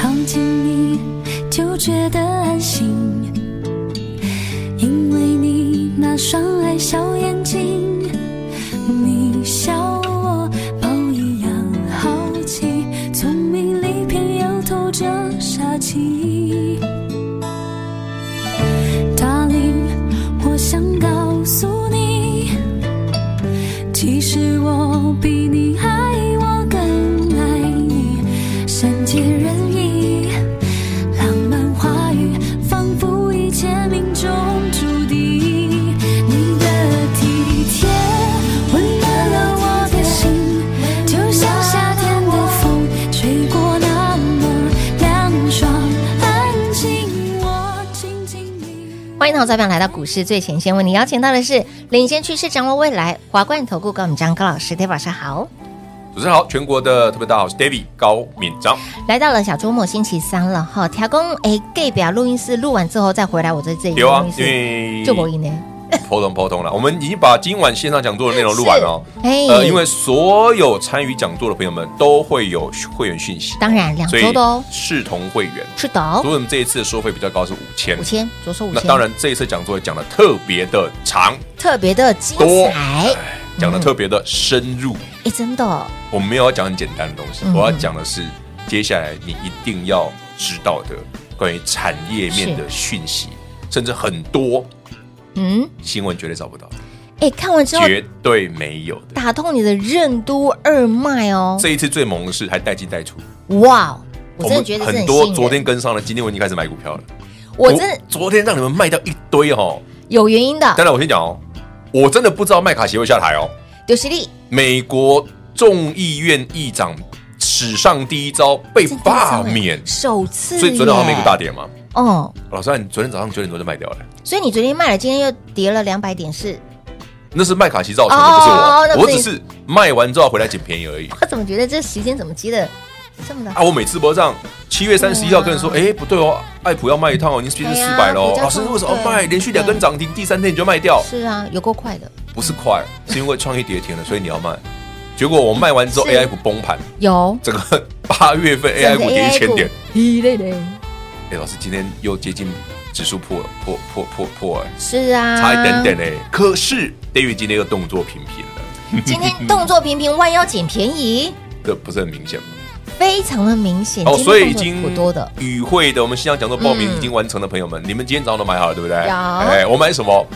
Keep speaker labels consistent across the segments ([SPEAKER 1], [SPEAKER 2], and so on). [SPEAKER 1] 靠近你就觉得安心，因为你那双爱小眼睛，你笑我猫一样好奇，聪明里偏又透着傻气。Darling，我想告诉你，其实我比你爱我更爱你，善解人意，浪漫话语仿佛一切命中注定。你的体贴温暖了我的心，就像夏天的风吹过那么凉爽，安静我静静你。
[SPEAKER 2] 欢迎投资朋友来到股市最前线，为你邀请到的是领先趋势、掌握未来华冠投顾高敏章高老师，大家晚上好。
[SPEAKER 3] 主持人好，全国的特别大好，我是 David 高敏章。
[SPEAKER 2] 来到了小周末星期三了哈，调工哎 gay 表录音室录完之后再回来我在这里
[SPEAKER 3] 有啊
[SPEAKER 2] 录音，室
[SPEAKER 3] 因为
[SPEAKER 2] 哎就我赢呢，
[SPEAKER 3] 普通普通了，我们已经把今晚线上讲座的内容录完了哦。
[SPEAKER 2] 是哎
[SPEAKER 3] 呃，因为所有参与讲座的朋友们都会有会员讯息，
[SPEAKER 2] 当然两
[SPEAKER 3] 所以
[SPEAKER 2] 周的哦，
[SPEAKER 3] 视同会员。
[SPEAKER 2] 是的哦
[SPEAKER 3] 所以，我们这一次的收费比较高，是五千
[SPEAKER 2] 五。千左手五
[SPEAKER 3] 那
[SPEAKER 2] 千，
[SPEAKER 3] 当然，这一次讲座也讲的特别的长，
[SPEAKER 2] 特别的精
[SPEAKER 3] 多
[SPEAKER 2] 彩，
[SPEAKER 3] 讲的
[SPEAKER 2] 嗯
[SPEAKER 3] 特别的深入。
[SPEAKER 2] 哎真的哦
[SPEAKER 3] 我们没有要讲很简单的东西，
[SPEAKER 2] 嗯
[SPEAKER 3] 我要讲的是接下来你一定要知道的关于产业面的讯息，甚至很多
[SPEAKER 2] 嗯
[SPEAKER 3] 新闻绝对找不到，
[SPEAKER 2] 哎看完之后
[SPEAKER 3] 绝对没有的。
[SPEAKER 2] 打通你的任督二脉哦，
[SPEAKER 3] 这一次最猛的是还带进带出，
[SPEAKER 2] 哇，哦我真的觉得这
[SPEAKER 3] 很
[SPEAKER 2] 很
[SPEAKER 3] 多
[SPEAKER 2] 吸
[SPEAKER 3] 昨
[SPEAKER 2] 引
[SPEAKER 3] 天
[SPEAKER 2] 人，
[SPEAKER 3] 跟上了，今天我已经开始买股票了。
[SPEAKER 2] 我真的
[SPEAKER 3] 昨天让你们卖掉一堆哦。
[SPEAKER 2] 有原因的，
[SPEAKER 3] 当然我先讲哦，我真的不知道麦卡锡会下台哦。
[SPEAKER 2] 有实力
[SPEAKER 3] 美国众议院议长史上第一招被
[SPEAKER 2] 真的
[SPEAKER 3] 罢
[SPEAKER 2] 上了
[SPEAKER 3] 免，
[SPEAKER 2] 首次耶，
[SPEAKER 3] 所以昨天好像美股大跌嘛。
[SPEAKER 2] 哦，
[SPEAKER 3] 老师，你昨天早上九点多就卖掉了，
[SPEAKER 2] 所以你昨天卖了，今天又跌了两百点是，
[SPEAKER 3] 那是麦卡锡造成
[SPEAKER 2] 哦
[SPEAKER 3] 的，不是
[SPEAKER 2] 哦哦那
[SPEAKER 3] 我，啊
[SPEAKER 2] 不
[SPEAKER 3] 我
[SPEAKER 2] 是你
[SPEAKER 3] 只是卖完之后回来捡便宜而已。
[SPEAKER 2] 我怎么觉得这时间怎么接的这么的
[SPEAKER 3] 啊，我每次播这样，七月三十一号跟人说，
[SPEAKER 2] 对啊
[SPEAKER 3] 哎，不对哦，爱普要卖一趟哦，您是变成
[SPEAKER 2] 对啊
[SPEAKER 3] 四百喽
[SPEAKER 2] 股。价
[SPEAKER 3] 老师
[SPEAKER 2] 上
[SPEAKER 3] 为什么
[SPEAKER 2] 对
[SPEAKER 3] 卖？连续两
[SPEAKER 2] 对
[SPEAKER 3] 根涨停，第三天你就卖掉，
[SPEAKER 2] 是啊，有够快的，
[SPEAKER 3] 不是快，是因为创意跌停了，所以你要卖。结果我卖完之后
[SPEAKER 2] 是
[SPEAKER 3] ，AI 股崩盘，
[SPEAKER 2] 有
[SPEAKER 3] 整个八月份 AI 股跌一千点。，
[SPEAKER 2] 一类的，
[SPEAKER 3] 哎，老师今天又接近指数破破破破破，哎
[SPEAKER 2] 是啊，
[SPEAKER 3] 差一点点。哎。可是 David 今天又动作频频了，
[SPEAKER 2] 今天动作频频，弯腰捡便宜，
[SPEAKER 3] 这不是很明显吗？
[SPEAKER 2] 非常哎的明显。
[SPEAKER 3] 哦，
[SPEAKER 2] 今天
[SPEAKER 3] 所以
[SPEAKER 2] 动
[SPEAKER 3] 已
[SPEAKER 2] 作
[SPEAKER 3] 经
[SPEAKER 2] 颇多的，
[SPEAKER 3] 与会的我们新疆讲座报名
[SPEAKER 2] 嗯
[SPEAKER 3] 已经完成的朋友们，你们今天早上都买好了，对不对？
[SPEAKER 2] 有
[SPEAKER 3] 哎，我买什么？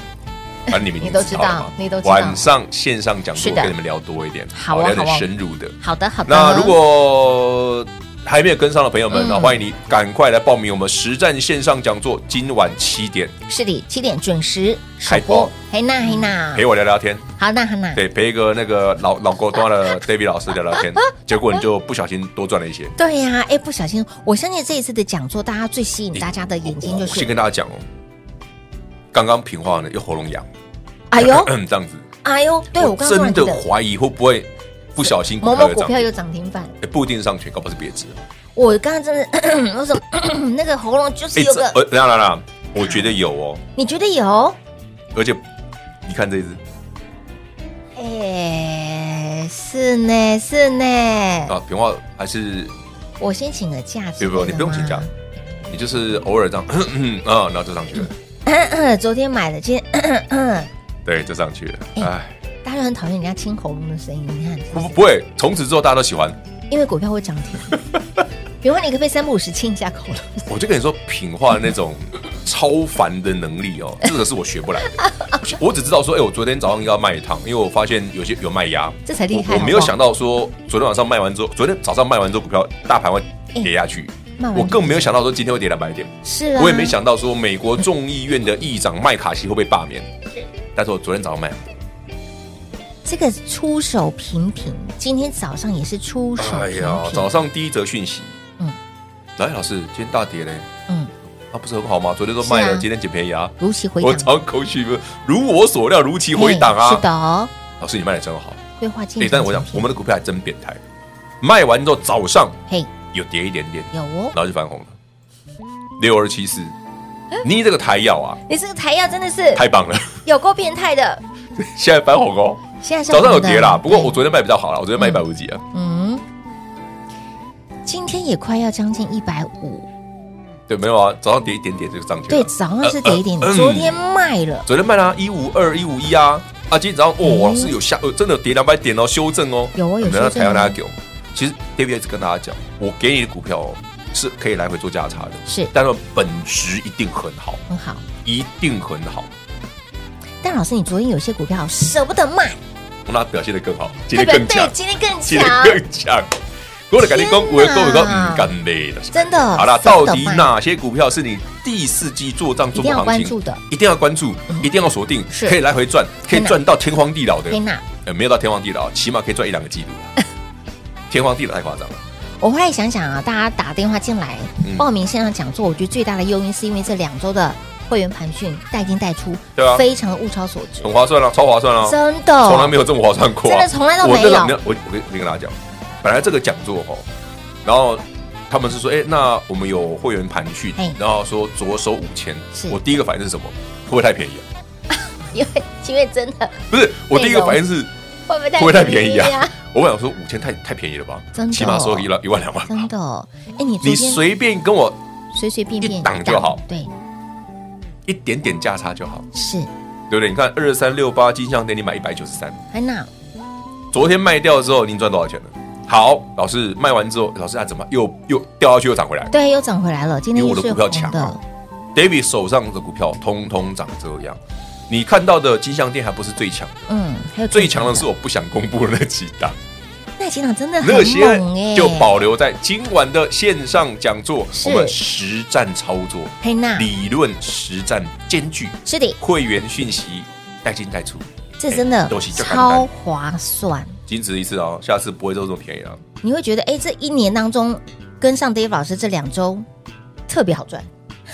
[SPEAKER 3] 反正你们已经
[SPEAKER 2] 你都知道
[SPEAKER 3] 了嘛
[SPEAKER 2] 你都知道
[SPEAKER 3] 晚上线上讲
[SPEAKER 2] 是
[SPEAKER 3] 座
[SPEAKER 2] 的
[SPEAKER 3] 跟你们聊多一点，哦
[SPEAKER 2] 好啊
[SPEAKER 3] 聊点
[SPEAKER 2] 好啊
[SPEAKER 3] 深入的。
[SPEAKER 2] 好的好的。
[SPEAKER 3] 那如果还没有跟上的朋友们，
[SPEAKER 2] 嗯
[SPEAKER 3] 那欢迎你赶快来报名我们实战线上讲座，今晚七点
[SPEAKER 2] 是的，七点准时首
[SPEAKER 3] 开
[SPEAKER 2] 播
[SPEAKER 3] 播。
[SPEAKER 2] 嘿娜嘿娜
[SPEAKER 3] 陪，我聊聊天，
[SPEAKER 2] 好那好那，
[SPEAKER 3] 对，陪一个那个老老高端的 David 老师聊 聊天，结果你就不小心多赚了一些。
[SPEAKER 2] 对呀，哎，不小心，我相信这一次的讲座，大家最吸引大家的眼睛就
[SPEAKER 3] 先
[SPEAKER 2] 是，
[SPEAKER 3] 跟大家讲哦，刚刚平话呢又喉咙痒，
[SPEAKER 2] 哎 呦
[SPEAKER 3] 这样子，
[SPEAKER 2] 哎呦，对我刚刚突
[SPEAKER 3] 真
[SPEAKER 2] 然觉
[SPEAKER 3] 的
[SPEAKER 2] 得
[SPEAKER 3] 怀疑会不会不小心
[SPEAKER 2] 某
[SPEAKER 3] 股
[SPEAKER 2] 某
[SPEAKER 3] 票又
[SPEAKER 2] 股
[SPEAKER 3] 涨
[SPEAKER 2] 票
[SPEAKER 3] 停，
[SPEAKER 2] 有涨停板，
[SPEAKER 3] 哎不一定上去，搞不好是别致。
[SPEAKER 2] 我刚刚真的， 为什么那个喉咙就是
[SPEAKER 3] 哎，
[SPEAKER 2] 有
[SPEAKER 3] 这
[SPEAKER 2] 个，
[SPEAKER 3] 呃，等一下等一下，我觉得有哦，
[SPEAKER 2] 你觉得有？
[SPEAKER 3] 而且你看这一只
[SPEAKER 2] 哎，是呢是呢，
[SPEAKER 3] 啊，平话还是
[SPEAKER 2] 我先请个假，
[SPEAKER 3] 不不，你不用请假，你就是偶尔这样，啊，然后就上去了，
[SPEAKER 2] 假。 昨天买的，今天
[SPEAKER 3] 对，就上去了。哎，
[SPEAKER 2] 大家都很讨厌人家清喉咙的声音，你看是不
[SPEAKER 3] 不
[SPEAKER 2] 是，
[SPEAKER 3] 不会，从此之后大家都喜欢。
[SPEAKER 2] 因为股票会涨 停。比如说你可不可以三不五十清一下口了？
[SPEAKER 3] 我就跟你说，品化那种超凡的能力 哦，这个是我学不来的。我只知道说，哎、我昨天早上要卖一趟，因为我发现有些有卖压，
[SPEAKER 2] 这才厉害
[SPEAKER 3] 我。我没有
[SPEAKER 2] 好不好
[SPEAKER 3] 想到说，昨天晚上卖完之后，昨天早上卖完之后，股票大盘会跌下去。
[SPEAKER 2] 慢慢
[SPEAKER 3] 我更没有想到说今天会跌两百点，
[SPEAKER 2] 是啊，
[SPEAKER 3] 我也没想到说美国众议院的议长麦卡锡会被罢免。但是我昨天早上卖，
[SPEAKER 2] 这个出手频频，今天早上也是出手
[SPEAKER 3] 哎
[SPEAKER 2] 频
[SPEAKER 3] 呀，
[SPEAKER 2] 频，
[SPEAKER 3] 早上第一则讯息，
[SPEAKER 2] 嗯
[SPEAKER 3] 嗯，来老师，今天大跌嘞，
[SPEAKER 2] 嗯，
[SPEAKER 3] 那、不是很好吗？昨天都卖
[SPEAKER 2] 是
[SPEAKER 3] 了，
[SPEAKER 2] 啊
[SPEAKER 3] 今天捡便宜啊。
[SPEAKER 2] 如期回
[SPEAKER 3] 我
[SPEAKER 2] 档，
[SPEAKER 3] 常口气不，如我所料，如期回档
[SPEAKER 2] 嘿
[SPEAKER 3] 啊
[SPEAKER 2] 是。的嗯哦，
[SPEAKER 3] 老师，你卖的真好。
[SPEAKER 2] 规划进
[SPEAKER 3] 哎、
[SPEAKER 2] 场。
[SPEAKER 3] 但是我讲，我们的股票还真变态，卖完之后早上
[SPEAKER 2] 嘿
[SPEAKER 3] 有跌一点点，
[SPEAKER 2] 有哦
[SPEAKER 3] 然，后就翻红了，六二七四。
[SPEAKER 2] 嗯
[SPEAKER 3] 你这个台药啊，
[SPEAKER 2] 你这个台药真的是
[SPEAKER 3] 太棒了！
[SPEAKER 2] 有够变态的，
[SPEAKER 3] 现在翻红哦，
[SPEAKER 2] 现在是
[SPEAKER 3] 早上有
[SPEAKER 2] 红的
[SPEAKER 3] 跌啦，不过我
[SPEAKER 2] 对
[SPEAKER 3] 昨天卖比较好啦，我昨天卖一百五十几啊。
[SPEAKER 2] 嗯，今天也快要将近一百五，
[SPEAKER 3] 对，没有啊，早上跌一点点就上去了。
[SPEAKER 2] 对，早上是跌一点
[SPEAKER 3] 呃，呃
[SPEAKER 2] 昨天卖了，
[SPEAKER 3] 昨天卖啦一五二一五一啊啊！今天早上
[SPEAKER 2] 嗯
[SPEAKER 3] 哦，老师有下，呃，真的有跌两百点哦，修正哦，
[SPEAKER 2] 有哦有
[SPEAKER 3] 那
[SPEAKER 2] 修正哦
[SPEAKER 3] 台湾大家给我们，其实 David 一直跟大家讲，我给你的股票哦是可以来回做价差的，
[SPEAKER 2] 是
[SPEAKER 3] 但是本质一定很好，
[SPEAKER 2] 很好。
[SPEAKER 3] 一定很好，
[SPEAKER 2] 但老师，你昨天有些股票舍不得卖，
[SPEAKER 3] 让它表现得更好，今
[SPEAKER 2] 对
[SPEAKER 3] 天
[SPEAKER 2] 不对？
[SPEAKER 3] 更
[SPEAKER 2] 对，，
[SPEAKER 3] 强
[SPEAKER 2] 今天更
[SPEAKER 3] 今天
[SPEAKER 2] 强，
[SPEAKER 3] 更强。我的感觉讲，我的各位讲，
[SPEAKER 2] 天哪
[SPEAKER 3] 嗯，干累了。
[SPEAKER 2] 真的。
[SPEAKER 3] 好啦，
[SPEAKER 2] 舍
[SPEAKER 3] 到
[SPEAKER 2] 不得
[SPEAKER 3] 底
[SPEAKER 2] 卖
[SPEAKER 3] 哪些股票是你第四季做账
[SPEAKER 2] 一
[SPEAKER 3] 做
[SPEAKER 2] 定要
[SPEAKER 3] 行
[SPEAKER 2] 关
[SPEAKER 3] 情
[SPEAKER 2] 注的？
[SPEAKER 3] 一定要关注，一定要锁定，
[SPEAKER 2] 是
[SPEAKER 3] 可以来回赚，可以
[SPEAKER 2] 天哪
[SPEAKER 3] 赚到天荒地老的。
[SPEAKER 2] 天哪，
[SPEAKER 3] 呃，没有到天荒地老，起码可以赚一两个季度啦 天荒地老太夸张了，
[SPEAKER 2] 我后来想想啊，大家打电话进来
[SPEAKER 3] 嗯
[SPEAKER 2] 报名线上讲座，我觉得最大的诱因是因为这两周的会员盘训带进带出，
[SPEAKER 3] 对啊
[SPEAKER 2] 非常的物超所值，
[SPEAKER 3] 很划算啊，超划算啊，
[SPEAKER 2] 真
[SPEAKER 3] 从来
[SPEAKER 2] 的。哦
[SPEAKER 3] 没有这么划算过、啊，
[SPEAKER 2] 真的从来都
[SPEAKER 3] 我
[SPEAKER 2] 没有
[SPEAKER 3] 那个我我跟我跟大家讲，本来这个讲座哦，然后他们是说，哎、那我们有会员盘训
[SPEAKER 2] 哎，
[SPEAKER 3] 然后说着手五千
[SPEAKER 2] 是，
[SPEAKER 3] 我第一个反应是什么？会不会太便宜、啊？
[SPEAKER 2] 因为因为真的
[SPEAKER 3] 不是，我第一个反应是。
[SPEAKER 2] 会不会
[SPEAKER 3] 会
[SPEAKER 2] 太
[SPEAKER 3] 不会太便宜
[SPEAKER 2] 便宜
[SPEAKER 3] 啊
[SPEAKER 2] 啊？
[SPEAKER 3] 我本来想说五千太太便宜了吧
[SPEAKER 2] 真，的哦
[SPEAKER 3] 起码说一万一万两万吧
[SPEAKER 2] 真。的，哎，你昨
[SPEAKER 3] 你
[SPEAKER 2] 天
[SPEAKER 3] 随便跟我
[SPEAKER 2] 随随便便
[SPEAKER 3] 一档就好
[SPEAKER 2] 对，
[SPEAKER 3] 一点点价差就好，
[SPEAKER 2] 是
[SPEAKER 3] 对不对？你看二三六八金项店，你买一百九十三，
[SPEAKER 2] 安娜
[SPEAKER 3] 昨天卖掉之后，您赚多少钱了？好，老师卖完之后，老师啊，怎么又又掉下去又涨回来
[SPEAKER 2] 对又涨回来了，今天
[SPEAKER 3] 因
[SPEAKER 2] 又
[SPEAKER 3] 为我的
[SPEAKER 2] 是
[SPEAKER 3] 股
[SPEAKER 2] 红
[SPEAKER 3] 票强啊
[SPEAKER 2] 的，
[SPEAKER 3] ？David 手上的股票通通涨这样，你看到的金项店还不是最强的，
[SPEAKER 2] 嗯，还有
[SPEAKER 3] 最强的是我不想公布的那几档，
[SPEAKER 2] 那几档真的很
[SPEAKER 3] 那些
[SPEAKER 2] 猛哎，
[SPEAKER 3] 就保留在今晚的线上讲座，
[SPEAKER 2] 是
[SPEAKER 3] 我们实战操作，
[SPEAKER 2] 嘿娜
[SPEAKER 3] 理论实战兼具，
[SPEAKER 2] 是的，
[SPEAKER 3] 会员讯息带进带出，
[SPEAKER 2] 这真的
[SPEAKER 3] 哎都是这简单
[SPEAKER 2] 超划算，
[SPEAKER 3] 仅此一次哦，下次不会做这么便宜了、
[SPEAKER 2] 你会觉得哎，这一年当中跟上 Dave 老师这两周特别好赚。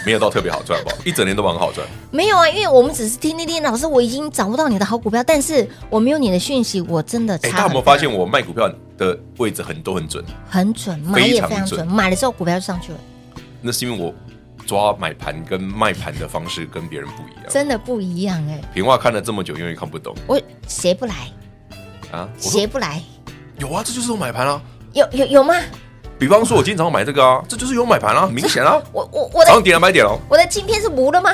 [SPEAKER 3] 没有到特别好赚，好不好？一整年都蛮好赚。
[SPEAKER 2] 没有啊，因为我们只是听听听，老师我已经找不到你的好股票，但是我没有你的讯息，我真的差
[SPEAKER 3] 哎、大家有
[SPEAKER 2] 很
[SPEAKER 3] 没有发现我卖股票的位置很多很准？
[SPEAKER 2] 很准，买也非常准，
[SPEAKER 3] 非常准
[SPEAKER 2] 买了之后股票就上去了，
[SPEAKER 3] 那是因为我抓买盘跟卖盘的方式跟别人不一样。
[SPEAKER 2] 真的不一样哎、
[SPEAKER 3] 平话看了这么久，永远看不懂
[SPEAKER 2] 我学不来，
[SPEAKER 3] 啊！我说
[SPEAKER 2] 学不来，
[SPEAKER 3] 有啊，这就是我买盘啊。
[SPEAKER 2] 有有有吗？
[SPEAKER 3] 比方说，我今天早上买这个啊，这就是有买盘啊，明显啊，
[SPEAKER 2] 我我我
[SPEAKER 3] 早上
[SPEAKER 2] 的
[SPEAKER 3] 跌两百点哦。啊
[SPEAKER 2] 我的镜片是无了吗？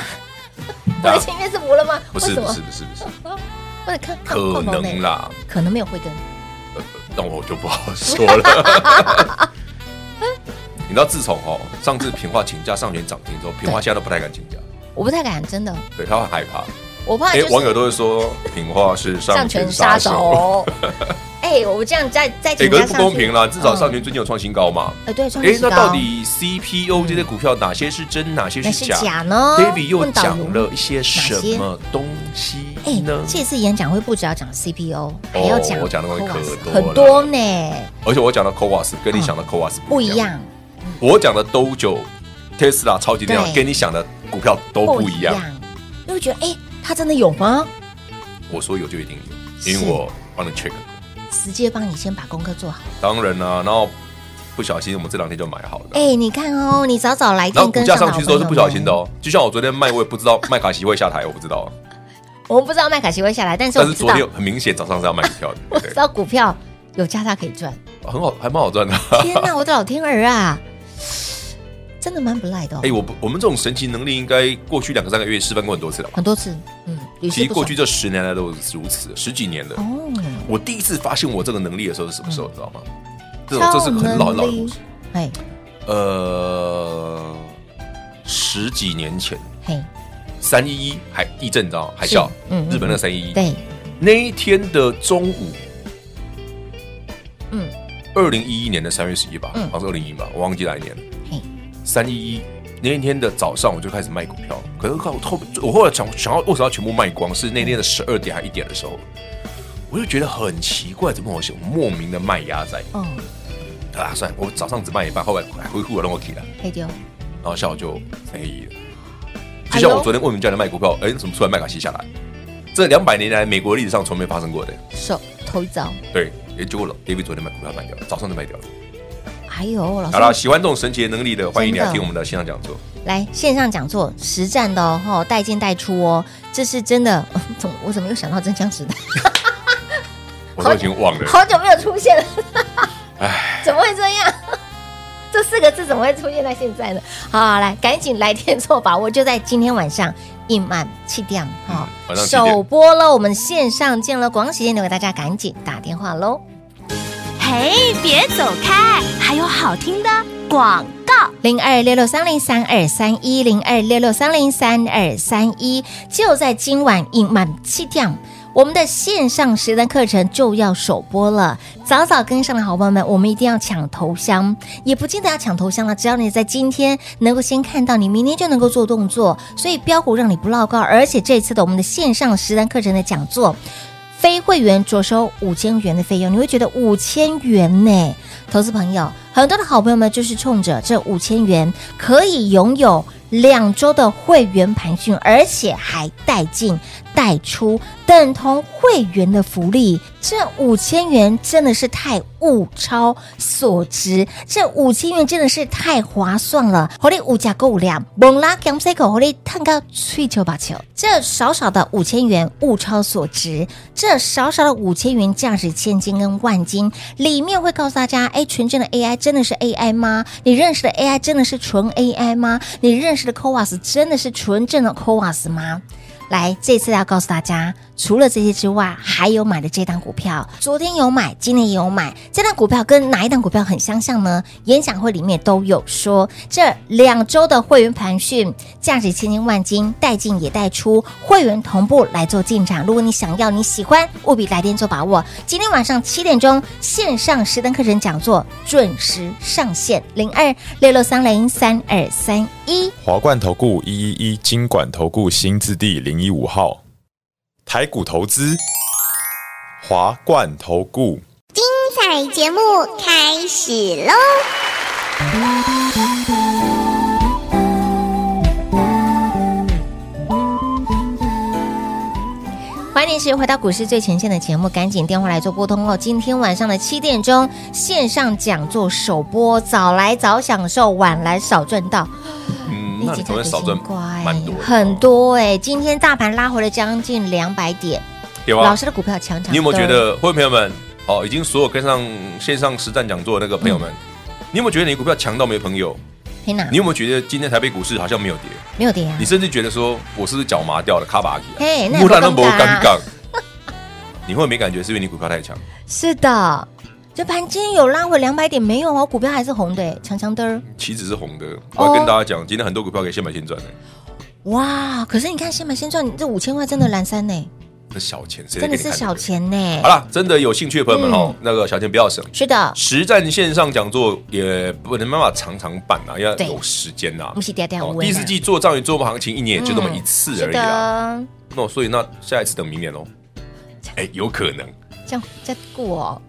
[SPEAKER 2] 我的镜片是无了吗？
[SPEAKER 3] 不是
[SPEAKER 2] 为什
[SPEAKER 3] 不
[SPEAKER 2] 么
[SPEAKER 3] 是不是不是，
[SPEAKER 2] 我得看看
[SPEAKER 3] 可
[SPEAKER 2] 看
[SPEAKER 3] 能
[SPEAKER 2] 了，
[SPEAKER 3] 啦，
[SPEAKER 2] 可能没有慧根，
[SPEAKER 3] 呃那我就不好说了。 你知道，自从哦上次平话请假上全涨停之后，平话现在都不太敢请假，
[SPEAKER 2] 我不太敢，真的，
[SPEAKER 3] 对他会害怕。
[SPEAKER 2] 我怕
[SPEAKER 3] 哎、
[SPEAKER 2] 就是
[SPEAKER 3] 网友都会说平话是上
[SPEAKER 2] 上
[SPEAKER 3] 拳
[SPEAKER 2] 拳
[SPEAKER 3] 杀
[SPEAKER 2] 杀
[SPEAKER 3] 手。
[SPEAKER 2] 手。 哎、我这样再再
[SPEAKER 3] 哎、
[SPEAKER 2] 请
[SPEAKER 3] 可
[SPEAKER 2] 假
[SPEAKER 3] 是
[SPEAKER 2] 上
[SPEAKER 3] 不
[SPEAKER 2] 去
[SPEAKER 3] 公平啦，至少上权最近有创新高嘛。
[SPEAKER 2] 呃嗯对，创
[SPEAKER 3] 哎、
[SPEAKER 2] 新
[SPEAKER 3] 那
[SPEAKER 2] 高
[SPEAKER 3] 到底 CPU 这些股票哪些是真，哪些
[SPEAKER 2] 那
[SPEAKER 3] 是
[SPEAKER 2] 是
[SPEAKER 3] 假
[SPEAKER 2] 假呢
[SPEAKER 3] ？David 又
[SPEAKER 2] 问导游
[SPEAKER 3] 讲了一些什么东西
[SPEAKER 2] 哎、
[SPEAKER 3] 呢？哦
[SPEAKER 2] 这次演讲会不只要讲 CPO，还要讲 COAS、
[SPEAKER 3] 我讲的东西可多了
[SPEAKER 2] 很多呢，
[SPEAKER 3] 而且我讲的 CoWAS 跟你想的 CoWAS
[SPEAKER 2] 嗯不一，样，
[SPEAKER 3] 我讲的 Dojo、Tesla 超级电脑
[SPEAKER 2] 对
[SPEAKER 3] 跟你想的股票都不一样。
[SPEAKER 2] 你会觉得哎、他真的有吗？
[SPEAKER 3] 我说有就一定有，
[SPEAKER 2] 是
[SPEAKER 3] 因为我帮你 check。
[SPEAKER 2] 直接帮你先把功课做好。
[SPEAKER 3] 当然啦、然后不小心我们这两天就买好了。
[SPEAKER 2] 哎、你看哦，你早早来
[SPEAKER 3] 然后
[SPEAKER 2] 电
[SPEAKER 3] 股
[SPEAKER 2] 跟
[SPEAKER 3] 价
[SPEAKER 2] 上
[SPEAKER 3] 上去之后是不小心的
[SPEAKER 2] 哦。
[SPEAKER 3] 哦，就像我昨天卖，我也不知道麦卡锡会下台，我不知道啊。
[SPEAKER 2] 我们不知道麦卡锡会下来，但是我
[SPEAKER 3] 但是
[SPEAKER 2] 们知
[SPEAKER 3] 昨
[SPEAKER 2] 道，
[SPEAKER 3] 天很明显早上是要卖股票
[SPEAKER 2] 我
[SPEAKER 3] 的，对
[SPEAKER 2] 知，道股票有价差可以赚。
[SPEAKER 3] 很好，还蛮好赚的。啊
[SPEAKER 2] 天哪，我的老天儿啊，真的蛮不赖的、哦
[SPEAKER 3] 哎，我不我们这种神奇能力，应该过去两个三个月示范过很多次了吧？
[SPEAKER 2] 很多次，嗯，屡
[SPEAKER 3] 其
[SPEAKER 2] 试
[SPEAKER 3] 实
[SPEAKER 2] 不
[SPEAKER 3] 过
[SPEAKER 2] 爽
[SPEAKER 3] 去这十年来都是如此，十几年了。
[SPEAKER 2] 哦，
[SPEAKER 3] 我第一次发现我这个能力的时候是什么时候，你知道吗？这
[SPEAKER 2] 嗯
[SPEAKER 3] 种
[SPEAKER 2] 超
[SPEAKER 3] 这是个很老很老的
[SPEAKER 2] 能
[SPEAKER 3] 故
[SPEAKER 2] 力
[SPEAKER 3] 事，
[SPEAKER 2] 哎
[SPEAKER 3] 呃，十几年前，
[SPEAKER 2] 嘿，
[SPEAKER 3] 三一一海地震，你知道吗海啸
[SPEAKER 2] 是，嗯嗯
[SPEAKER 3] 日本那个三一一，
[SPEAKER 2] 对，
[SPEAKER 3] 那一天的中午，
[SPEAKER 2] 嗯，
[SPEAKER 3] 二零一一年的三月十一吧，
[SPEAKER 2] 嗯
[SPEAKER 3] 好像是二零一吧，我忘记哪一年了。
[SPEAKER 2] 嘿，
[SPEAKER 3] 三一一那一天的早上，我就开始卖股票。可是靠我后，我后来想想要为什么要全部卖光？是那天的十二点还一点的时候，我就觉得很奇怪，怎么我有莫名的卖压在？
[SPEAKER 2] 哦，
[SPEAKER 3] 啊，算了，我早上只卖一半，后来回复我让我提了，
[SPEAKER 2] 黑丢，
[SPEAKER 3] 然后下午就没意义了。就像我昨天问人家人卖股票，哎，怎么突然麦卡锡下来？这两百年来美国历史上从没发生过的。
[SPEAKER 2] 手头一遭，
[SPEAKER 3] 对，也结果 David 昨天把股票卖掉了，早上就卖掉了。
[SPEAKER 2] 哎呦，老师
[SPEAKER 3] 好了，喜欢这种神奇的能力的，欢迎你来
[SPEAKER 2] 真的
[SPEAKER 3] 听我们的线上讲座。
[SPEAKER 2] 来线上讲座实战的哦，吼带进带出哦，这是真的。 怎么我怎么又想到真枪实弹？
[SPEAKER 3] 我都已经忘了，
[SPEAKER 2] 好久没有出现了， 怎么会这样？这四个字怎么会出现在现在呢？好好来，赶紧来电做把握，就在今天晚上一满七点哈，
[SPEAKER 3] 嗯晚上七点
[SPEAKER 2] 首播了，我们线上见了，广喜店留给大家赶紧打电话喽。
[SPEAKER 4] 嘿，别走开，还有好听的广告。
[SPEAKER 2] 零二六六三零三二三一零二六六三零三二三一，就在今晚一满七点。我们的线上实战课程就要首播了，早早跟上的好朋友们，我们一定要抢头香，也不见得要抢头香了，只要你在今天能够先看到，你明天就能够做动作，所以标股让你不落高，而且这次的我们的线上实战课程的讲座，非会员着收五千元的费用，你会觉得五千元呢？投资朋友，很多的好朋友们就是冲着这五千元可以拥有两周的会员培训，而且还带进带出，等同会员的福利。这五千元真的是太物超所值，这五千元真的是太划算了。火力物价够量，猛拉 g a m c 口火力探高吹球把球。这少少的五千元物超所值，这少少的五千元价值千金跟万金，里面会告诉大家，哎，纯正的 AI 真的是 AI 吗？你认识的 AI 真的是纯 AI 吗？你认识的 CoWAS 真的是纯正的 CoWAS 吗？来，这次要告诉大家，除了这些之外，还有买的这档股票，昨天有买，今天也有买。这档股票跟哪一档股票很相像呢？演讲会里面都有说，这两周的会员盘讯，价值千金万金，带进也带出，会员同步来做进场。如果你想要，你喜欢，务必来电做把握。今天晚上七点钟线上十灯课程讲座准时上线，零二六六三零三二三一。
[SPEAKER 5] 华冠投顾一一一金管投顾新字第零一五号，台股投资，华冠投顾。
[SPEAKER 6] 彩节目开始喽！
[SPEAKER 2] 欢迎您持续回到股市最前线的节目，赶紧电话来做拨通哦！今天晚上的七点钟线上讲座首播，早来早享受，晚来少赚到。哎
[SPEAKER 3] 嗯，那你昨天少赚蛮多的，
[SPEAKER 2] 很多哎、今天大盘拉回了将近两百点，
[SPEAKER 3] 对吧
[SPEAKER 2] 老？师的股票强强。
[SPEAKER 3] 哦你有没有觉？得，会员朋友们，哦，已经所有跟上线上实战讲座的那个朋友们，你有没有觉得你股票强到没朋友？
[SPEAKER 2] 天哪
[SPEAKER 3] 你，有没有觉得今天台北股市好像没有跌？
[SPEAKER 2] 没有跌啊
[SPEAKER 3] 你！甚至觉得说，我是不是脚麻掉了，卡巴起来，
[SPEAKER 2] 嘿，那
[SPEAKER 3] 木
[SPEAKER 2] 也
[SPEAKER 3] 兰都
[SPEAKER 2] 不
[SPEAKER 3] 不
[SPEAKER 2] 尴尬
[SPEAKER 3] 尴
[SPEAKER 2] 啊。
[SPEAKER 3] 尬。 你会没感觉，是因为你股票太强。
[SPEAKER 2] 是的，这盘今天有拉回两百点，没有啊？我股票还是红的、哎强强的儿。
[SPEAKER 3] 旗子是红的，我要
[SPEAKER 2] 哦
[SPEAKER 3] 跟大家讲，今天很多股票可以先买先赚的，
[SPEAKER 2] 哇！可是你看，先买先赚，你这五千块真的蓝山呢、
[SPEAKER 3] 那小钱谁在
[SPEAKER 2] 真的
[SPEAKER 3] 给你看
[SPEAKER 2] 是
[SPEAKER 3] 这个
[SPEAKER 2] 小。钱嗯呢、
[SPEAKER 3] 好了，真的有兴趣的朋友们哦，那个小钱不要省。
[SPEAKER 2] 是的，
[SPEAKER 3] 实战线上讲座也不能办法常常办啊，要
[SPEAKER 2] 对
[SPEAKER 3] 有时间呐、
[SPEAKER 2] 不是嗲嗲
[SPEAKER 3] 哦
[SPEAKER 2] 无为
[SPEAKER 3] 第四季做账与做不行情，一年也就那么一次
[SPEAKER 2] 是
[SPEAKER 3] 而已啊啦。
[SPEAKER 2] 的，
[SPEAKER 3] 哦那、所以那下一次等明年喽。哦哎、有可能
[SPEAKER 2] 这样再过、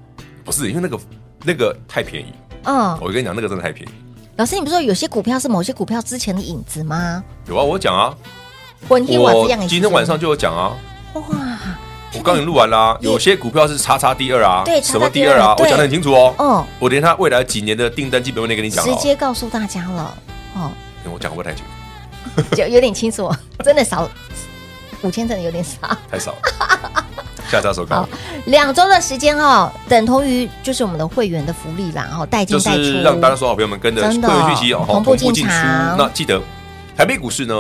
[SPEAKER 3] 不是因为那个那个太便宜，
[SPEAKER 2] 哦。嗯，
[SPEAKER 3] 我跟你讲，那个真的太便宜。
[SPEAKER 2] 老师，你不是说有些股票是某些股票之前的影子吗？
[SPEAKER 3] 有啊，我讲啊，
[SPEAKER 2] 混天瓦这样
[SPEAKER 3] 我
[SPEAKER 2] 也是
[SPEAKER 3] 今天晚上就有讲啊，
[SPEAKER 2] 哇，
[SPEAKER 3] 我刚你录完啦、有些股票是叉叉第二啊，
[SPEAKER 2] 对
[SPEAKER 3] 什么
[SPEAKER 2] 叉叉第
[SPEAKER 3] 第
[SPEAKER 2] 二
[SPEAKER 3] 二啊，
[SPEAKER 2] 对
[SPEAKER 3] 我讲的很清楚哦。
[SPEAKER 2] 哦，
[SPEAKER 3] 我连他未来几年的订单基本面都跟你讲了
[SPEAKER 2] 直
[SPEAKER 3] 哦、
[SPEAKER 2] 接告诉大家了，哦，
[SPEAKER 3] 哎我讲过太久，
[SPEAKER 2] 有有点清楚，真的少五千，真的有点少。
[SPEAKER 3] 太少了。 下次要收看
[SPEAKER 2] 好。两周的时间哦，等同于就是我们的会员的福利啦，哦，带进
[SPEAKER 3] 就
[SPEAKER 2] 带出，
[SPEAKER 3] 是让大家所有好朋友们跟着
[SPEAKER 2] 真
[SPEAKER 3] 会
[SPEAKER 2] 的
[SPEAKER 3] 员讯息哦，
[SPEAKER 2] 同
[SPEAKER 3] 同
[SPEAKER 2] 步
[SPEAKER 3] 步
[SPEAKER 2] 进
[SPEAKER 3] 进出。
[SPEAKER 2] 场
[SPEAKER 3] 那记得，台北股市呢，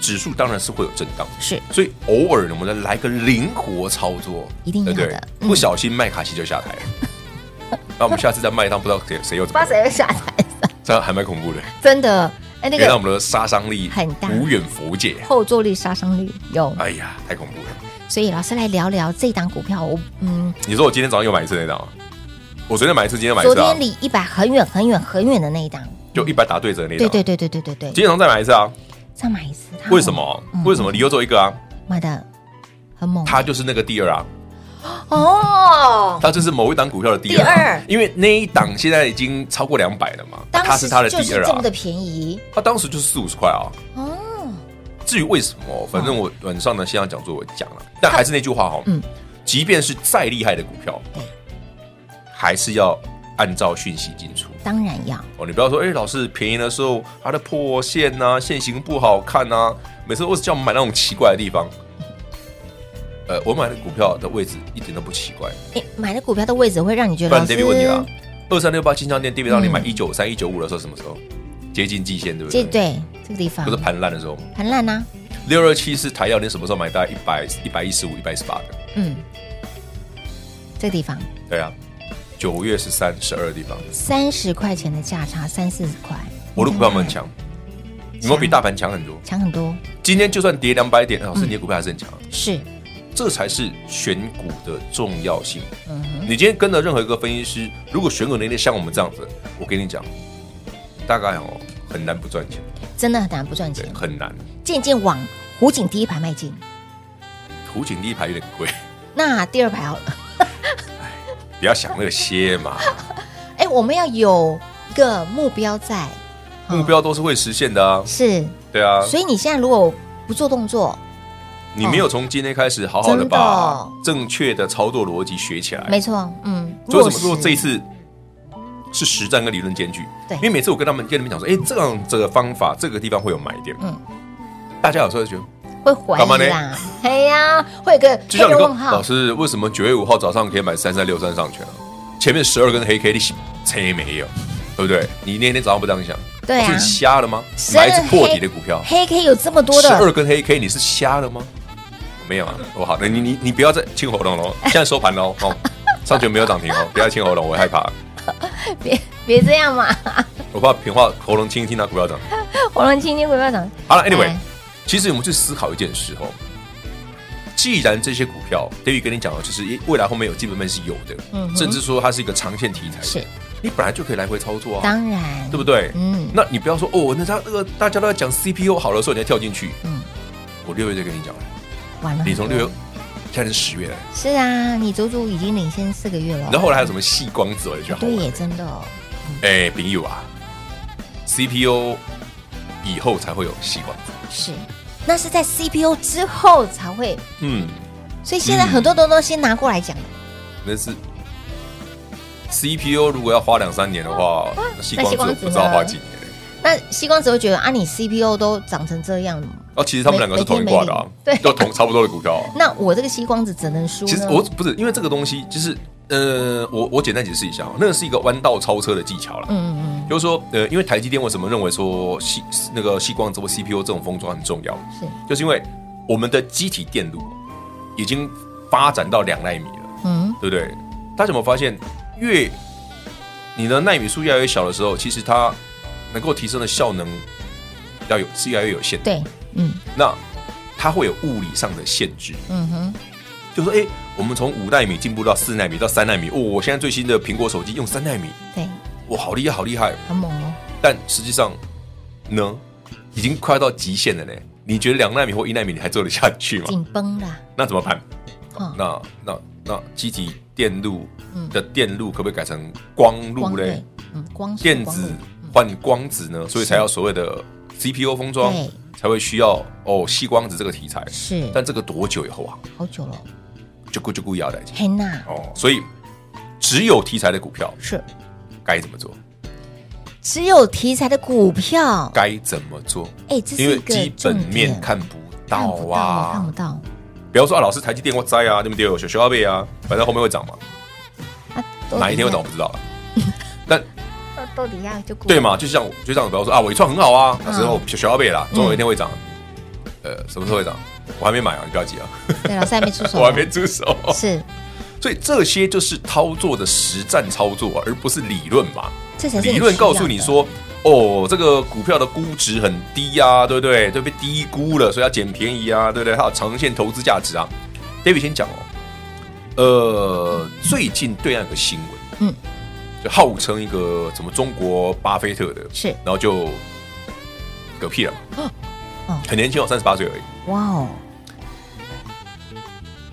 [SPEAKER 3] 指数当然是会有震荡，
[SPEAKER 2] 是
[SPEAKER 3] 所以偶尔呢，我们来个灵活操作，
[SPEAKER 2] 一定要
[SPEAKER 3] 对
[SPEAKER 2] 的
[SPEAKER 3] 不对？
[SPEAKER 2] 嗯
[SPEAKER 3] 不小心麦卡锡就下 台了。那我们下次再卖一趟，不知道谁谁又怎
[SPEAKER 2] 八
[SPEAKER 3] 么样，
[SPEAKER 2] 十二下台，
[SPEAKER 3] 这样还蛮恐怖的，
[SPEAKER 2] 真 的，哎，那
[SPEAKER 3] 也让
[SPEAKER 2] 个
[SPEAKER 3] 我们的杀伤力
[SPEAKER 2] 很大
[SPEAKER 3] 无远佛界。
[SPEAKER 2] 后坐力、杀伤力有，
[SPEAKER 3] 哎呀，太恐怖了！
[SPEAKER 2] 所以老师来聊聊这档股票，我嗯。
[SPEAKER 3] 你说我今天早上又买一次那档啊，我昨天买一次，今天买一
[SPEAKER 2] 昨
[SPEAKER 3] 次啊
[SPEAKER 2] 天，离一百很远很远很远的那一档，
[SPEAKER 3] 就一百打对折那档
[SPEAKER 2] 对
[SPEAKER 3] 啊。
[SPEAKER 2] 对对对对对对，
[SPEAKER 3] 今天早上再买一次啊？
[SPEAKER 2] 再买一次，它
[SPEAKER 3] 为什么
[SPEAKER 2] 嗯？
[SPEAKER 3] 为什么？理由只有一个啊，
[SPEAKER 2] 买的很猛？
[SPEAKER 3] 它就是那个第二啊。
[SPEAKER 2] 哦，
[SPEAKER 3] 它就是某一档股票的第二、啊
[SPEAKER 2] 第二
[SPEAKER 3] 因为那一档现在已经超过两百了嘛，啊
[SPEAKER 2] 当
[SPEAKER 3] 它
[SPEAKER 2] 时
[SPEAKER 3] 是它的
[SPEAKER 2] 就
[SPEAKER 3] 第
[SPEAKER 2] 是
[SPEAKER 3] 二
[SPEAKER 2] 这么
[SPEAKER 3] 啊
[SPEAKER 2] 的，便宜
[SPEAKER 3] 它当时就是四五十块啊。
[SPEAKER 2] 哦，
[SPEAKER 3] 至于为什么，反正我晚上呢线上讲座我讲了，但还是那句话哈，
[SPEAKER 2] 嗯
[SPEAKER 3] 即便是再厉害的股票，还是要按照讯息进出。
[SPEAKER 2] 当然要
[SPEAKER 3] 哦，你不要说，哎、老师便宜的时候它的破线呐、线型不好看呐、每次我只叫我们买那种奇怪的地方。呃，我买的股票的位置一点都不奇怪，
[SPEAKER 2] 诶，买了股票的位置会让你觉
[SPEAKER 3] 不
[SPEAKER 2] 得
[SPEAKER 3] 然
[SPEAKER 2] 老师
[SPEAKER 3] David 问你啊，二三六八金项店 David 让你买
[SPEAKER 2] 嗯
[SPEAKER 3] 一九三一九五的时候，什么时候接近季线，对不
[SPEAKER 2] 这
[SPEAKER 3] 对？，
[SPEAKER 2] 对啊这个地方
[SPEAKER 3] 不是盘烂的时候吗？
[SPEAKER 2] 盘烂啊，
[SPEAKER 3] 六二七是台药，你什么时候买？大概一百一百一十五、一百一十八的，
[SPEAKER 2] 嗯，这个地方
[SPEAKER 3] 对啊，九月十三、十二的地方，
[SPEAKER 2] 三十块钱的价差，三四十块，
[SPEAKER 3] 我的股票们强，
[SPEAKER 2] 嗯
[SPEAKER 3] 有没有比大盘强很多？
[SPEAKER 2] 强很多，
[SPEAKER 3] 今天就算跌两百点，老
[SPEAKER 2] 嗯
[SPEAKER 3] 师你的股票还是很强啊。
[SPEAKER 2] 是
[SPEAKER 3] 这才是选股的重要性。
[SPEAKER 2] 嗯
[SPEAKER 3] 你今天跟着任何一个分析师，如果选股能力像我们这样子，我跟你讲，大概哦很难不赚钱，
[SPEAKER 2] 真的很难不赚
[SPEAKER 3] 对
[SPEAKER 2] 钱，，
[SPEAKER 3] 很难。
[SPEAKER 2] 渐渐往湖景第一排迈进。
[SPEAKER 3] 图景第一排有点贵，
[SPEAKER 2] 那第二排哦好了，
[SPEAKER 3] 不要想那些 嘛，
[SPEAKER 2] 哎，我们要有一个目标在，哦
[SPEAKER 3] 目标都是会实现的啊。
[SPEAKER 2] 是，
[SPEAKER 3] 对啊，
[SPEAKER 2] 所以你现在如果不做动作，
[SPEAKER 3] 你没有从今天开始好好的把
[SPEAKER 2] 真
[SPEAKER 3] 正确的操作逻辑学起来。
[SPEAKER 2] 哦没错，嗯，
[SPEAKER 3] 所以为
[SPEAKER 2] 落
[SPEAKER 3] 哎什么说
[SPEAKER 2] 实
[SPEAKER 3] 这一次是实战跟理论兼具？
[SPEAKER 2] 对
[SPEAKER 3] 因为每次我跟他们跟你们讲说，哎，这样这个方法，这个地方会有买点。
[SPEAKER 2] 嗯
[SPEAKER 3] 嗯，大家有时候就觉得。
[SPEAKER 2] 会怀
[SPEAKER 3] 干嘛
[SPEAKER 2] 疑啦，哎呀，会有个黑
[SPEAKER 3] 就像你
[SPEAKER 2] 人
[SPEAKER 3] 说
[SPEAKER 2] 问，号
[SPEAKER 3] 老，师为什么九月五号早上可以买三三六三上权啊？前面十二根黑 K 你谁没有，对不对？你那天早上不这样想，
[SPEAKER 2] 对啊
[SPEAKER 3] 是你瞎了吗？
[SPEAKER 2] 十二
[SPEAKER 3] 买一只破底的股票，
[SPEAKER 2] 黑 K 有这么多
[SPEAKER 3] 十
[SPEAKER 2] 的，
[SPEAKER 3] 二根黑 K 你是瞎了吗？没有啊，我好，那你你你不要再清喉咙喽，现在收盘喽哦，上权没有涨停哦，不要清喉咙，我害怕，
[SPEAKER 2] 别别这样嘛，
[SPEAKER 3] 我怕平话喉咙清一清，那股票涨。
[SPEAKER 2] 黄龙青天股票涨，
[SPEAKER 3] 好了，Anyway，
[SPEAKER 2] 哎
[SPEAKER 3] 其实我们去思考一件事哦，既然这些股票，David 跟你讲的，就是未来后面有基本面是有的，
[SPEAKER 2] 嗯哼
[SPEAKER 3] 甚至说它是一个长线题材，
[SPEAKER 2] 是
[SPEAKER 3] 你本来就可以来回操作啊，
[SPEAKER 2] 当然，
[SPEAKER 3] 对不对？
[SPEAKER 2] 嗯
[SPEAKER 3] 那你不要说哦，那他那个大家都在讲 CPU 好的时候，你要跳进去，
[SPEAKER 2] 嗯
[SPEAKER 3] 我六月就跟你讲了，
[SPEAKER 2] 哎完了，
[SPEAKER 3] 你从六月。现在是十月了，
[SPEAKER 2] 是啊，你足足已经领先四个月了，
[SPEAKER 3] 然后后来还有什么细光子，我也觉得好
[SPEAKER 2] 对
[SPEAKER 3] 玩
[SPEAKER 2] 耶，真的哦，
[SPEAKER 3] 哎，朋友啊，CPU 以后才会有细光子，
[SPEAKER 2] 是，那是在 CPU 之后才会，
[SPEAKER 3] 嗯，
[SPEAKER 2] 所以现在
[SPEAKER 3] 嗯
[SPEAKER 2] 很多东西先拿过来讲，
[SPEAKER 3] 那是 CPU 如果要花两三年的话，那细光
[SPEAKER 2] 啊那细光
[SPEAKER 3] 子
[SPEAKER 2] 子呢
[SPEAKER 3] 不知道花几年。
[SPEAKER 2] 那西光只会觉得啊，你 CPU 都长成这样了，
[SPEAKER 3] 哦，其实他们两个是同一挂的、
[SPEAKER 2] 每
[SPEAKER 3] 啊
[SPEAKER 2] 每天没领，对嗯
[SPEAKER 3] 都同差不多的股票、 啊。
[SPEAKER 2] 那我这个西光子只能输呢。
[SPEAKER 3] 其实我不是因为这个东西，就是呃，我我简单解释一下啊，那个是一个弯道超车的技巧啦。
[SPEAKER 2] 嗯嗯嗯，
[SPEAKER 3] 就是说，呃，因为台积电为什么认为说细那个细光子或 CPU 这种封装很重要，
[SPEAKER 2] 嗯是
[SPEAKER 3] 就是因为我们的机体电路已经发展到两纳米了。
[SPEAKER 2] 嗯
[SPEAKER 3] 对不对？大家有没有发现，越你的纳米数越来越小的时候，其实它能够提升的效能要有是越来越有限的。
[SPEAKER 2] 对，嗯
[SPEAKER 3] 那它会有物理上的限制，
[SPEAKER 2] 嗯哼，
[SPEAKER 3] 就是说，哎，我们从五纳米进步到四纳米到三纳米，哦，我现在最新的苹果手机用三纳米，
[SPEAKER 2] 对，
[SPEAKER 3] 我好厉害，好厉害。
[SPEAKER 2] 很猛哦，
[SPEAKER 3] 但实际上呢，已经快到极限了呢。你觉得两纳米或一纳米你还做得下去吗？
[SPEAKER 2] 紧绷啦，
[SPEAKER 3] 那怎么办？
[SPEAKER 2] 哦，
[SPEAKER 3] 那那那机体电路
[SPEAKER 2] 嗯
[SPEAKER 3] 的电路可不可以改成光
[SPEAKER 2] 光
[SPEAKER 3] 路嘞
[SPEAKER 2] 对？，嗯，光是
[SPEAKER 3] 电
[SPEAKER 2] 光
[SPEAKER 3] 子
[SPEAKER 2] 路
[SPEAKER 3] 换光子呢，所以才要所谓的 CPU 封装
[SPEAKER 2] 对，
[SPEAKER 3] 才会需要哦细光子这个题材。
[SPEAKER 2] 是，
[SPEAKER 3] 但这个多久以后啊？
[SPEAKER 2] 好久了，
[SPEAKER 3] 就故就故意要来讲
[SPEAKER 2] 嘿娜
[SPEAKER 3] 哦，所以只有题材的股票
[SPEAKER 2] 是
[SPEAKER 3] 该怎么做？
[SPEAKER 2] 只有题材的股票，
[SPEAKER 3] 该怎么做？
[SPEAKER 2] 哎，这
[SPEAKER 3] 因
[SPEAKER 2] 是
[SPEAKER 3] 为
[SPEAKER 2] 一个
[SPEAKER 3] 基本
[SPEAKER 2] 重
[SPEAKER 3] 面
[SPEAKER 2] 点
[SPEAKER 3] 看不
[SPEAKER 2] 看
[SPEAKER 3] 到
[SPEAKER 2] 不到
[SPEAKER 3] 啊，
[SPEAKER 2] 看不到，
[SPEAKER 3] 不要说啊，老师台积电我栽啊，对不对？小小贝啊，反正后面会涨嘛，
[SPEAKER 2] 啊都
[SPEAKER 3] 哪一天会
[SPEAKER 2] 底下
[SPEAKER 3] 涨我不知道了。 但
[SPEAKER 2] 都都底下就股
[SPEAKER 3] 对？嘛，就像就像比方说啊，伟创很好啊，那时候
[SPEAKER 2] 嗯
[SPEAKER 3] 小小贝啦，总有一天会涨。呃，什么时候会涨？我还没买啊，你不要急啊，
[SPEAKER 2] 对，老师还没出手，
[SPEAKER 3] 我还没出手。
[SPEAKER 2] 是，
[SPEAKER 3] 所以这些就是操作的实战操作啊，而不是理论嘛。
[SPEAKER 2] 这才是
[SPEAKER 3] 理
[SPEAKER 2] 你
[SPEAKER 3] 论
[SPEAKER 2] 需要
[SPEAKER 3] 告诉你
[SPEAKER 2] 的，
[SPEAKER 3] 说，哦，这个股票的估值很低啊，对不对？就被低估了，所以要捡便宜啊，对不对？还有长线投资价值啊。David 先讲哦，呃，最近对岸有个新闻，
[SPEAKER 2] 嗯，
[SPEAKER 3] 就号称一个什么中国巴菲特的，
[SPEAKER 2] 是
[SPEAKER 3] 然后就嗝屁了嘛，
[SPEAKER 2] 哦
[SPEAKER 3] 很年轻哦，三十八岁而已。
[SPEAKER 2] 哇哦，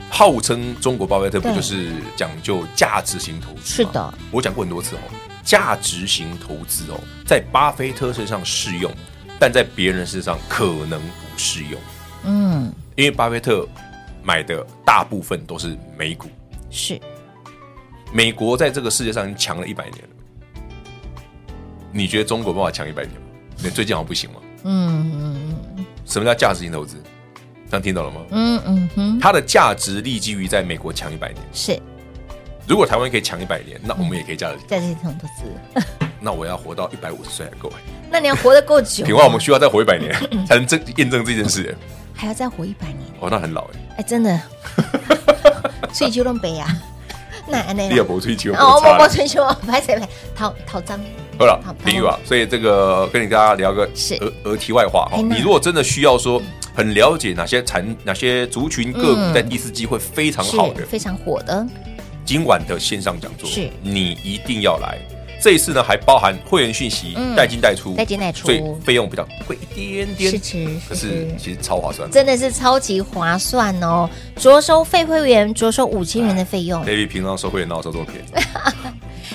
[SPEAKER 3] 号称中国巴菲特不
[SPEAKER 2] 对
[SPEAKER 3] 就是讲究价值型投资
[SPEAKER 2] 是
[SPEAKER 3] 吗？
[SPEAKER 2] 的，
[SPEAKER 3] 我讲过很多次哦，价值型投资哦，在巴菲特身上适用，但在别人身上可能不适用，
[SPEAKER 2] 嗯，
[SPEAKER 3] 因为巴菲特买的大部分都是美股，
[SPEAKER 2] 是
[SPEAKER 3] 美国在这个世界上已经强了一百年了，你觉得中国有办法强一百年吗？那最近好像不行吗？
[SPEAKER 2] 嗯
[SPEAKER 3] 什么叫价值型投资？这样听懂了吗？
[SPEAKER 2] 嗯嗯哼，
[SPEAKER 3] 它的价值立基于在美国强一百年。
[SPEAKER 2] 是
[SPEAKER 3] 如果台湾可以强一百年，那
[SPEAKER 2] 嗯
[SPEAKER 3] 我们也可以价值。
[SPEAKER 2] 在这种投资，
[SPEAKER 3] 那我要活到一百五十岁才够哎。
[SPEAKER 2] 那你要活得够 久，啊
[SPEAKER 3] 平话，啊我们需要再活一百年
[SPEAKER 2] 嗯
[SPEAKER 3] 才能证验证这件事哎。
[SPEAKER 2] 还要再活一百年，
[SPEAKER 3] 哦，那很老哎，
[SPEAKER 2] 哎，真的， 所以就弄北啊，那那
[SPEAKER 3] 你也不追求。
[SPEAKER 2] 哦，我我
[SPEAKER 3] 不
[SPEAKER 2] 春秋，拍谁拍讨讨张，
[SPEAKER 3] 好了
[SPEAKER 2] 好，
[SPEAKER 3] 比喻啊，所以这个跟你大家聊个
[SPEAKER 2] 是
[SPEAKER 3] 额额题外话
[SPEAKER 2] 哎
[SPEAKER 3] 哦。
[SPEAKER 2] 那
[SPEAKER 3] 你如果真的需要说很了解哪些产哪些族群个
[SPEAKER 2] 嗯
[SPEAKER 3] 股在第四季会非常好的
[SPEAKER 2] 是，非常火的，
[SPEAKER 3] 今晚的线上讲座，
[SPEAKER 2] 是
[SPEAKER 3] 你一定要来。这一次呢，还包含会员讯息
[SPEAKER 2] 嗯
[SPEAKER 3] 带进带出，
[SPEAKER 2] 带进带出
[SPEAKER 3] 所以费用比较贵一点点，
[SPEAKER 2] 是吃
[SPEAKER 3] 可
[SPEAKER 2] 是
[SPEAKER 3] 是
[SPEAKER 2] 吃
[SPEAKER 3] 其实超划算的。
[SPEAKER 2] 真的是超级划算哦！着收费会员，着收五千元的费用。
[SPEAKER 3] David 平常收会员哪有收这么便宜？
[SPEAKER 2] 哎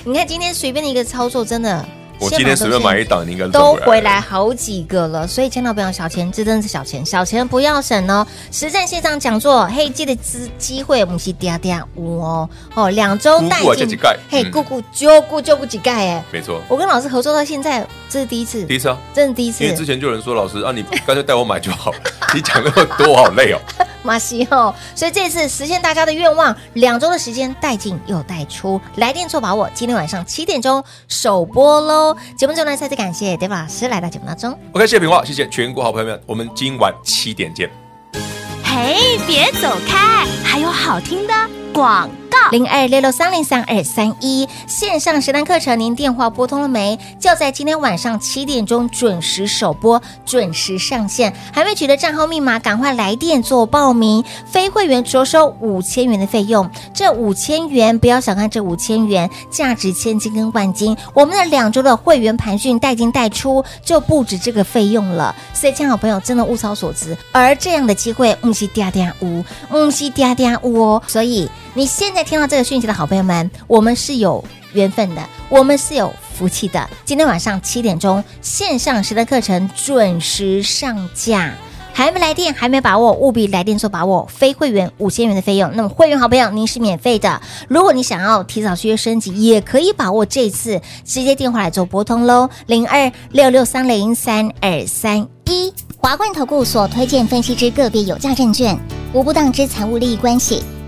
[SPEAKER 2] 你看今天随便的一个操作，真的，
[SPEAKER 3] 我今天随便买一档，你应该
[SPEAKER 2] 都
[SPEAKER 3] 赚
[SPEAKER 2] 回来。好几个了，所以千万不要小钱，这真的是小钱，小钱不要省哦。实战线上讲座，嘿，记得资机会我们是嗲嗲五哦哦，两周带
[SPEAKER 3] 姑姑啊这
[SPEAKER 2] 进
[SPEAKER 3] 几盖，
[SPEAKER 2] 嘿，
[SPEAKER 3] 嗯
[SPEAKER 2] 姑姑就姑就姑几盖哎，
[SPEAKER 3] 没错，
[SPEAKER 2] 我跟老师合作到现在，这是第一次
[SPEAKER 3] 第，一次啊，
[SPEAKER 2] 真的第一
[SPEAKER 3] 因为之
[SPEAKER 2] 次，
[SPEAKER 3] 前就有人说老师啊，你干脆带我买就好了， 你讲那么多，我好累哦。
[SPEAKER 2] 马西哦，所以这次实现大家的愿望，两周的时间带进又带出，来电做把握，今天晚上七点钟首播喽。节目中呢，再次感谢 David 老师来到节目当中。
[SPEAKER 3] OK，谢谢平话，谢谢全国好朋友们，我们今晚七点见。
[SPEAKER 4] 嘿，别走开，还有好听的广告。
[SPEAKER 2] 零二六六三零三二三一线上实单课程，您电话拨通了没？就在今天晚上七点钟准时首播，准时上线。还没取得账号密码，赶快来电做报名。非会员着收五千元的费用，这五千元不要小看这五千元，价值千金跟万金。我们的两周的会员盘训带进带出，就不止这个费用了。所以，亲爱的朋友，真的物超所值。而这样的机会，嗯是嗲嗲乌，嗯是嗲嗲乌哦。所以，你现在听到这个讯息的好朋友们，我们是有缘分的，我们是有福气的。今天晚上七点钟线上实的课程准时上架。还没来电，还没把握，务必来电做把握。非会员五千元的费用，那么会员好朋友您是免费的。如果你想要提早续约升级，也可以把握这次，直接电话来做拨通喽，零二六六三零三二三
[SPEAKER 6] 一华冠投顾所推荐分析之个别有价证券，无不当之财务利益关系。